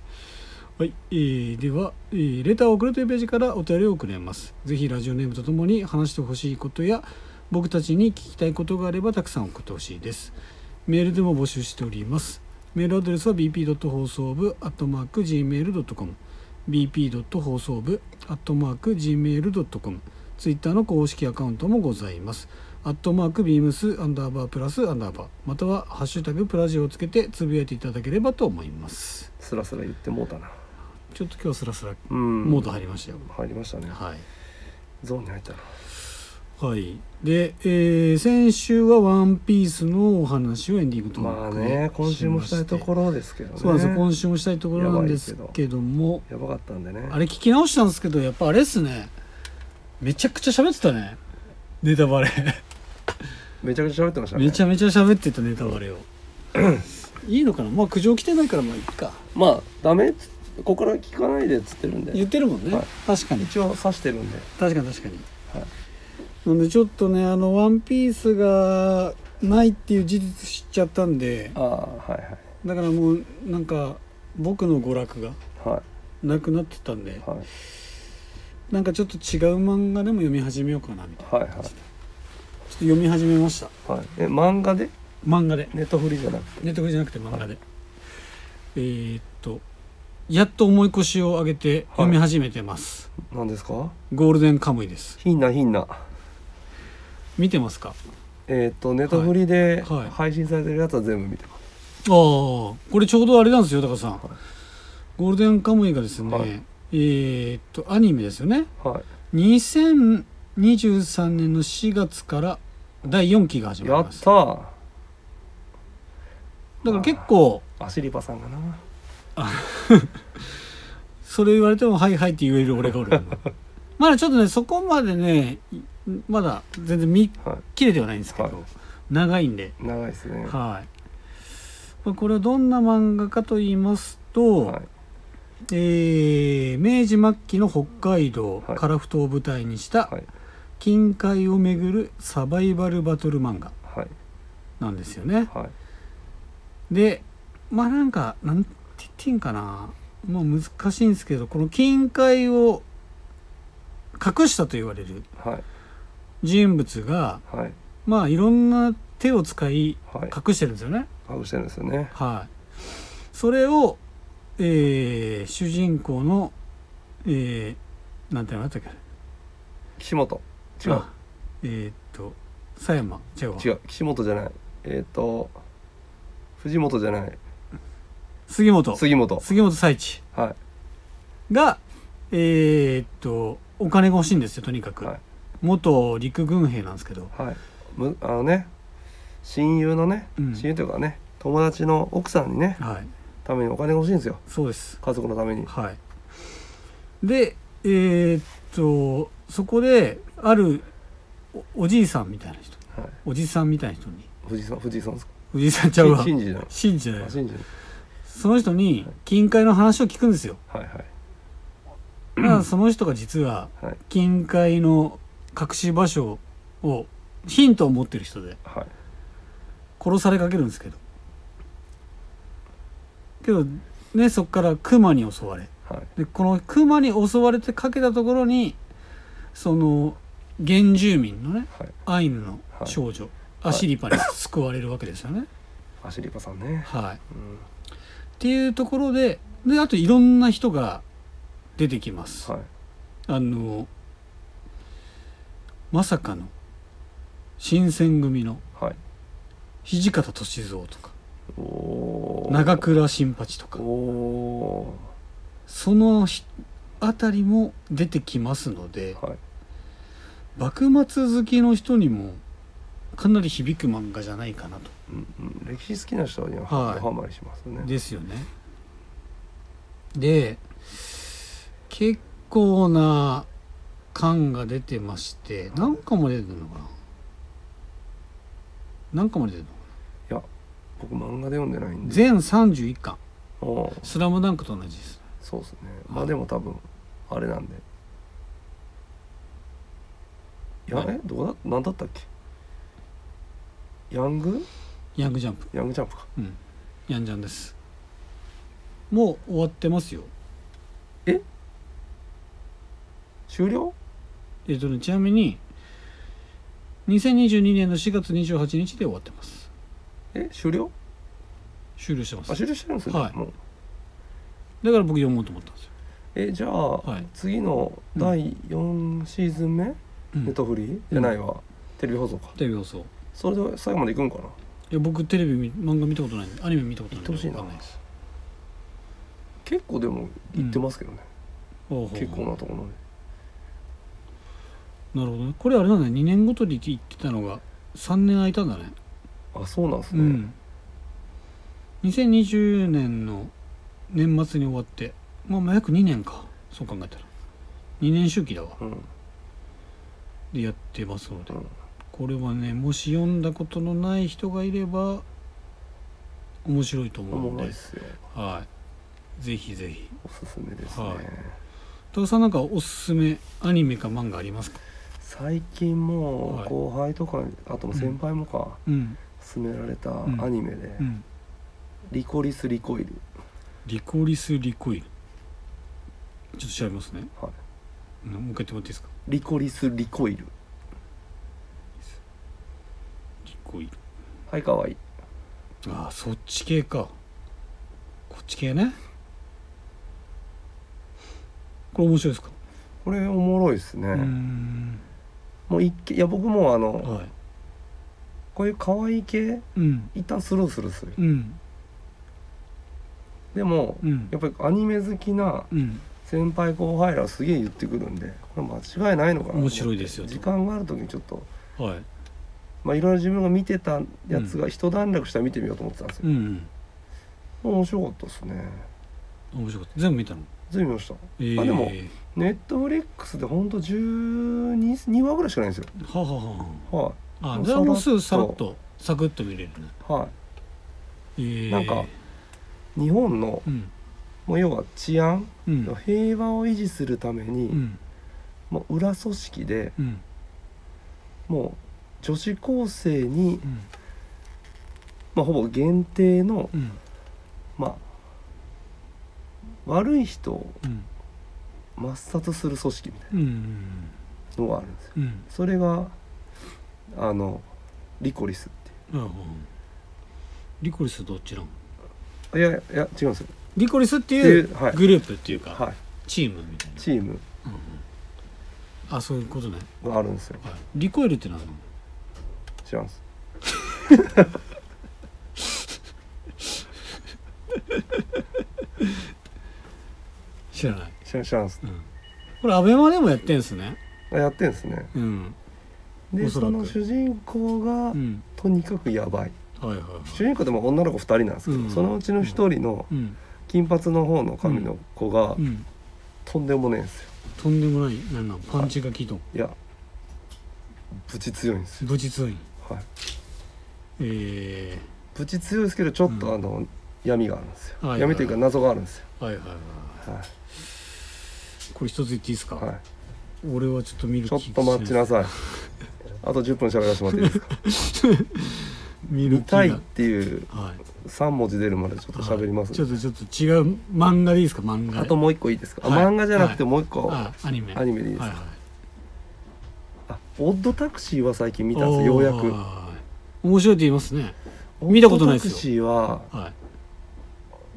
はいえーでは、えーレターを送るというページからお便りを送れますぜひラジオネームとともに話してほしいことや僕たちに聞きたいことがあればたくさん送ってほしいですメールでも募集しておりますメールアドレスは bp. 放送部 .gmail.com bp. 放送部 .gmail.com ツイッターの公式アカウントもございます。アットマークビームスアンダーバープラスアンダーバーまたはハッシュタグプラジオをつけてつぶやいていただければと思います。
スラスラ言ってもうたな
ちょっと今日スラスラ
うん
モード入りましたよ、
入りましたね
はい
ゾーンに入ったな
はい、で、えー先週は「ワンピースのお話をエンディングト
ま
ー
あ
ク
ね今週もしたいところですけどね
そうなんですよ今週もしたいところなんですけども
やばかったんでね
あれ聞き直したんですけどやっぱあれっすねめちゃくちゃ喋ってたねネタ バレ
めちゃくちゃ喋ってましたね
めちゃめちゃ喋ってたネタバレをいいのかなまあ苦情来てないからまあいいか
まあダメっつここから聞かないでっつってるん
言
で
ってるもんね、
はい
確かに
一応刺してるんで
確かに確かに、
はい
なんでちょっとねあの「ワンピースがないっていう事実知っちゃったんで
ああはいは
だからもうなんか僕の娯楽が
いは
なくなってたんで
いはい
なんかちょっと違う漫画でも読み始めようかなみたいな
はい
ちょっ
はい
と読み始めました
はいえ漫画で
漫画で
ネットフリじゃなくて
ネットフリじゃなくて漫画で、えーっとやっと思い越しを上げて読み始めてます、
何ですか
ゴールデンカムイです
ひんなひんな
見てますか
えっ、とネットフリで
はいはい
配信されてるやつは全部見てます
ああこれちょうどあれなんですよ高さん、ゴールデンカムイがですね、
はい
えーっとアニメですよね
は
2023年の4月から第4期が始
い
ま
や
り
っ
ます
たー
だから結構
アシリパさんがな
それ言われても「はいはい」って言える俺がお るまだちょっとねそこまでねいまだ全然見
は
切れてはないんですけど、
はい
長いんで
い長いですね
はいまあこれはどんな漫画かと言いますと、
はい
えー明治末期の北海道
はい
樺太を舞台にした
はい
近海を巡るサバイバルバトル漫画
はい
なんですよね。
はい
でまあなんかなんて言っていいんかなまあ難しいんですけどこの金塊を隠したと言われる
はい
人物が
はい
まあいろんな手を使い
はい
隠してるんですよね。
隠してるんですよね
はい、それを、えー主人公の、えーなんて名前だったっ
岸本
け
違う
あえーっと佐山違うわ
違う岸本じゃないえっ、と藤本じゃない
杉本
杉本
杉本佐一
は
がえーっとお金が欲しいんですよとにか
い
く、
はい
元陸軍兵なんですけど
はいむあのね親友のね、
うん
親友というかね友達の奥さんにね
はい
ためにお金が欲しいんですよ
そうです
家族のために
はいでえーっとそこであるおおじいさんみたいな人
はい
おじさんみたいな人に
藤井さん藤井さんですか
おじいさんちゃうわ
し信じじゃない
信じじゃない
あ信じ
その人に金塊の話を聞くんです よ、
はいはい
だからその人が実は
はい
金塊の隠し場所をヒントを持ってる人で
はい
殺されかけるんですけどけどねそこから熊に襲われ
はい
でこの熊に襲われてかけたところにその原住民のね
はい
アイヌの少女、
い
アシリパに救われるわけですよね。
アシリパさんね
はい、っ
うん
ていうところでであといろんな人が出てきます。
はい
あのまさかの新選組の
はい
土方歳三とか
おー
長倉新八とか
お
そのひあたりも出てきますので
ーはい
幕末好きの人にもかなり響く漫画じゃないかなと
うんうん歴史好きな人には
はい
ハマりしますよね
ですよねで結構な感が出てまして何巻まで出てるのかな何巻まで出てるの
いや僕漫画で読んでないんで
全31巻
おー
「スラムダンクと同じです
そうですねまあでも多分あれなんでいや
はい
えどうだ何だったっけヤング
ヤングジャンプ
ヤングジャンプか
うんヤンジャンですもう終わってますよ
終了
えっとねちなみに2022年の4月28日で終わってます
え終了
終了してますだ
あ
か
終了してるんですね、
はい
もう
ら僕読もうと思ったんですよ、
えじゃあ、
い
次の第4シーズン目、
うん、
ネットフリーじゃないわ、テレビ放送か
テレビ放送
それで最後まで行くんかない
や僕テレビ見漫画見たことないんでアニメ見たことないんで
行ってほしいな
わかんないです
結構でも行ってますけどね、
ほうほう
結構なところで
なるほどねこれあれなんだね2年ごとに行ってたのが3年空いたんだね
あそうなんで
う
すね、
ん2020年の年末に終わってまあまあ約2年かそう考えたら2年周期だわ
うん
でやってますので
うん
これはねもし読んだことのない人がいれば面白いと
お
思う
も
の
ろい
で
っ、すよ
はい、ぜひぜひ
おすすめですね、
はい高田さんなんかおすすめアニメか漫画ありますか
最近も
は
う
い
後輩とか、あとも先輩もか、
うん
勧められた
ん
アニメで「
うん
リコリス・リコイル
リコリス・リコイルちょっと調べますね」
はい
うんもう一回言ってもらっていいですか
「リコリス・リコイル
リコイル」
はいかわいい
ああそっち系かこっち系ねこれ面白いですか、
これおもろいですね、
うーん
もう一見いや僕もあの
はい
こういう可愛い系
うん
一旦スルースルーする
うん
でも、
うん
やっぱりアニメ好きな
うん
先輩後輩らすげえ言ってくるんでこれ間違いないのかなと思って
面白いですよと
時間がある時にちょっと
はい
まあいろいろ自分が見てたやつが一段落したら見てみようと思ってたんです
う
よ、
ん
面白かったですね
うん面白かった全部見たの
全部見ました
えー
あでもネットフリックスでほんと12話ぐらいしかないんですよ
はあはあは
は
ああ
もう
じゃあもうすぐ
さ
さ
ら
ら
っ
っ
と
とサクッと見れるね
いは
えー
なんかい日本の
うん
もう要は治安
うん
平和を維持するため
う
に
ん
もう裏組織で
うん
もう女子高生に
うん
まあほぼ限定の
うん
まあ悪い人を
うん
抹殺する組織みたい
うんうん
なのがあるんですよ
うん
それがあのリコリスって
うんうんリコリスどっちなん
いういやいや違うんですよ
リコリスっていう
っていうはい
グループっていうか
はい
チームみたいな
チーム
あそういうことね、
があるんですよ
はい、リコイルって何なの
違うんです
知らない、
知らん知らんす
うん、これアベマでもやってんすね
あやってんですね
うん
で
おそ
そ
らく
の主人公が
うん
とにかくやばい
はいはいはい
主人公でも女の子2人なんですけど、
うん
そのうちの1人の
うん
金髪の方の髪の子が
うん
とんでもねえんですよ
とんでもないなんなんパンチが効いた
いやぶち強いんですよ
無実院
はい
え
ぶち強いですけどちょっ
うん
とあの、闇があるんですよ、
はい
闇というか謎があるんですよ
ー、はいはいはい
は
これ一つ言っていいですか、
い、はい
俺はちょっと見る
ちょっと待ちなさい。あと10分喋らせてもらっていいです か。
見る
見
気
た
が
いっていう
はい
3文字出るまでちょっと喋ります
ち。ょっとちょっと違う漫画でいいですか漫画
あともう一個いいですか。あ
はい
漫画じゃなくてもう一個、
あアニメ
アニメでいいですか
はいはい
あオッドタクシーは最近見たんですよ。ようやく。
く面白いって言いますね見たことないですよ
オッドタクシーは
は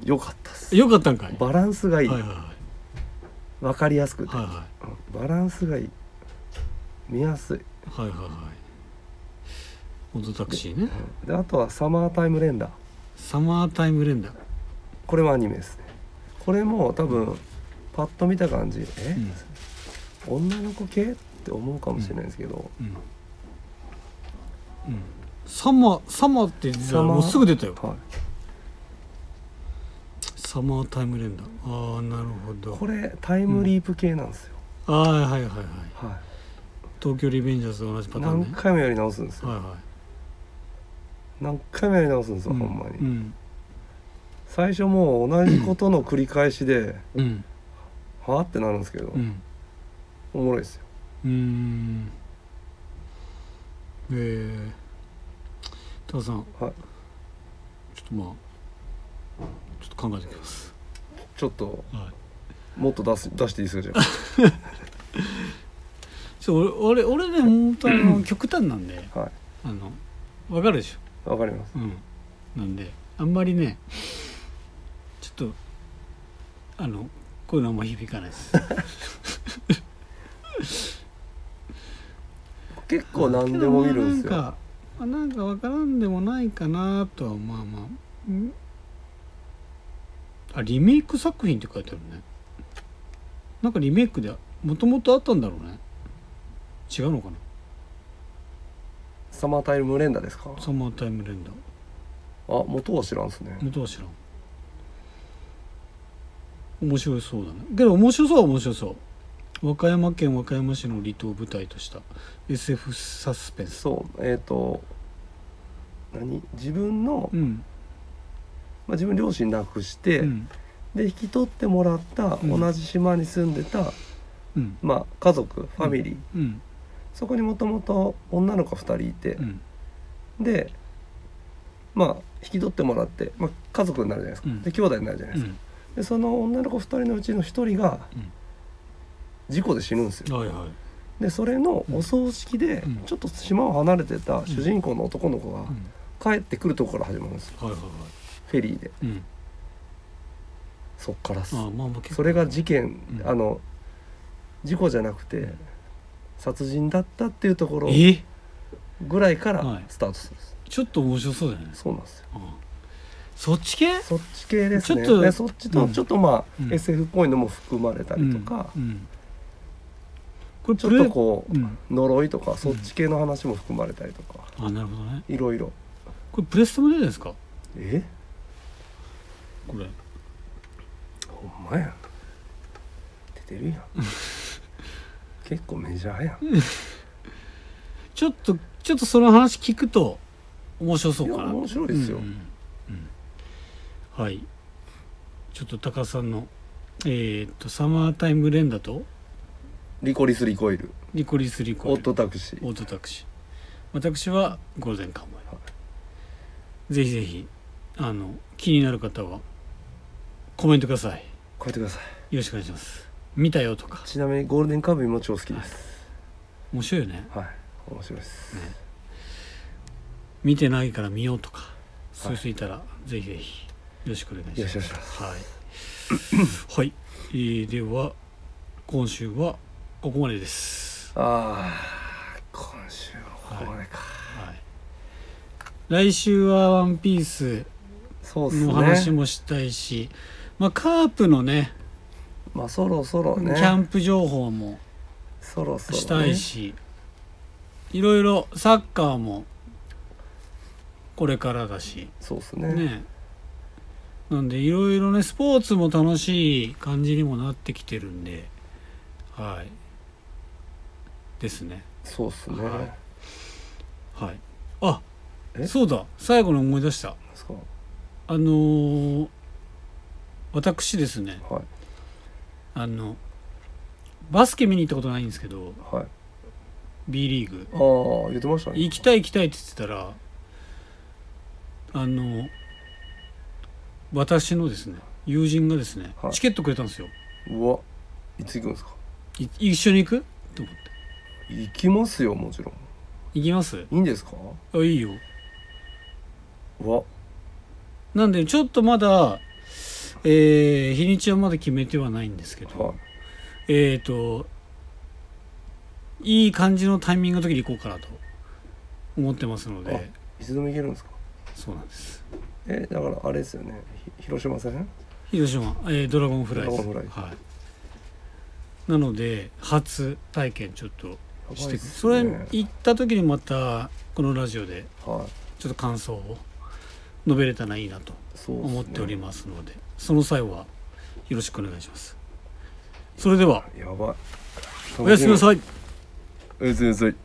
良かったです
い。よかったんかい
バランスがいい。
はいはい
わ、
は
かりやすく
い
て、
はいは
うんバランスがいい。見やすい。
いはいはいはいオートタクシーね
であとはサマータイムレンダー。
サマータイムレンダー
これもアニメですね。これも多分パッと見た感じ、え、女の子系って思うかもしれないですけど。
うんうんサマサマって出た
サ
ら
マー
もうすぐ出たよ
はい。
サマータイムレンダーああなるほど
これタイムリープ系なんですよ、
ああはいはいはい
は
東京リベンジャーズと同じ
い
パターン
何
ね
回もやり直すんですよ、
はいはい
何回もやり直すんですよ、
うん
ほんまに、
うん
最初もう同じことの繰り返しで、
うん
はあってなるんですけど、
うん
おもろいですよ
うーんえー、高田さんちょ
はい
っとまあちょっと考えてきます、
ちょっと
はい、
もっと出す出していいですかじゃ
ちょっと俺俺俺ね本当あの極端なんで
あはい
あのわかるでし
わかります
ょうんなんであんまりねちょっとあのこういうのあんま響かない です
結構何でも見るんです
けど
よ
まあなんかなんかわからんでもないかなとはまあまあうんあリメイク作品って書いてあるねなんかリメイクでもともとあったんだろうね違うのかな
サマータイム連打ですか
サマータイム連打
あ元は知らんすね
元は知らん面白そうだねけど面白そうは面白そう和歌山県和歌山市の離島を舞台とした SF サスペンス
そうえっ、と何自分の、
うん
まあ、自分両親亡くして、
うん
で引き取ってもらった
うん
同じ島に住んでた、
うん
まあ、家族ファミリー、
うん
そこにもともと女の子2人いて
う、ん
でまあ引き取ってもらって、まあ、家族になるじゃないですか、
うん
で兄弟になるじゃないですか、でその女の子2人のうちの1人が
うん
事故で死ぬんですよ、
はいはい
でそれのお葬式で
うん
ちょっと島を離れてた主人公の男の子が
うん
帰ってくるとこから始まるんですよ
はいはいはい
フェリーで
うん
そっからっす
ああまあまあ結
そ
構
れが事件、
うん
あの事故じゃなくて殺人だったっていうところ
え
ぐらいか
は
ら
い
スタートするんです、
ちょっと面白そうじゃないですか
そうなんですよ
そっち系
そっち系ですね
ちょっと
でそっちと
うん
ちょっとまあ、
うん
SF っぽいのも含まれたりとか、
うんうんこれ
ち
プ
ょっ
レ
とこう、
うん、
呪いとかそっち系の話も含まれたりとか、
あなるほどね
いろいろ
これプレステも出るんですか
え
これ
ほんまやん出て るやん結構メジャーやん
ちょっとちょっとその話聞くと面白そう
いや
かな
面白いですよ、
うんうんうんはいちょっと高さんのえーっとサマータイム連打と
リコリスリコイル
リコリスリコイ
オ
ル
ットタクシー
オートタクシー私はゴールデンカムイ、
は
ぜひぜひあの気になる方はコメントください
こえてください
よろしくお願いします見たよとか
ちなみにゴールデンカーブイも超好きです
面白いよね
はい、面白いです、
見てないから見ようとかそういう人いたら、ぜひぜひよろしくお願いします
よろしくお願いします
はいはい、 えーでは今週はここまでです、
ああ今週はここまでか、
はい、来週は「ワンピース
そうっす
の話
ね
もしたいし、まあカープのね
まあそろそろね
キャンプ情報も
そろそろ、ね、
したいし、いろいろサッカーもこれからだし
そうっすね
ねなんでいろいろねスポーツも楽しい感じにもなってきてるんではいですね
そうっすね、
はいはいあ
え
そうだ最後に思い出した
そう
あのー私ですね
はい
あのバスケ見に行ったことないんですけど
はい
B リーグ
ああ言ってましたね
行きたい行きたいって言ってたらあの私のですね友人がですね、
はい
チケットくれたんですよ
うわいつ行くんですか
い一緒に行くと思って
行きますよもちろん
行きます
いいんですか
あいいよ
うわ
なんでちょっとまだえー日にちはまだ決めてはないんですけど、
は
えっ、といい感じのタイミングの時に行こうかなと思ってますので
いいつでも行けるんですか
そうなんです
えだからあれですよねひ広島戦
広島、えードラゴンフライズ
ドラゴンフライズ
はい、なので初体験ちょっとして、
やばいっすね
それ行った時にまたこのラジオで
はい
ちょっと感想を述べれたらいいなと
そうっすね
思っておりますのでその際はよろしくお願いしますそれでは
やばい
おやすみなさい
おやすみなさい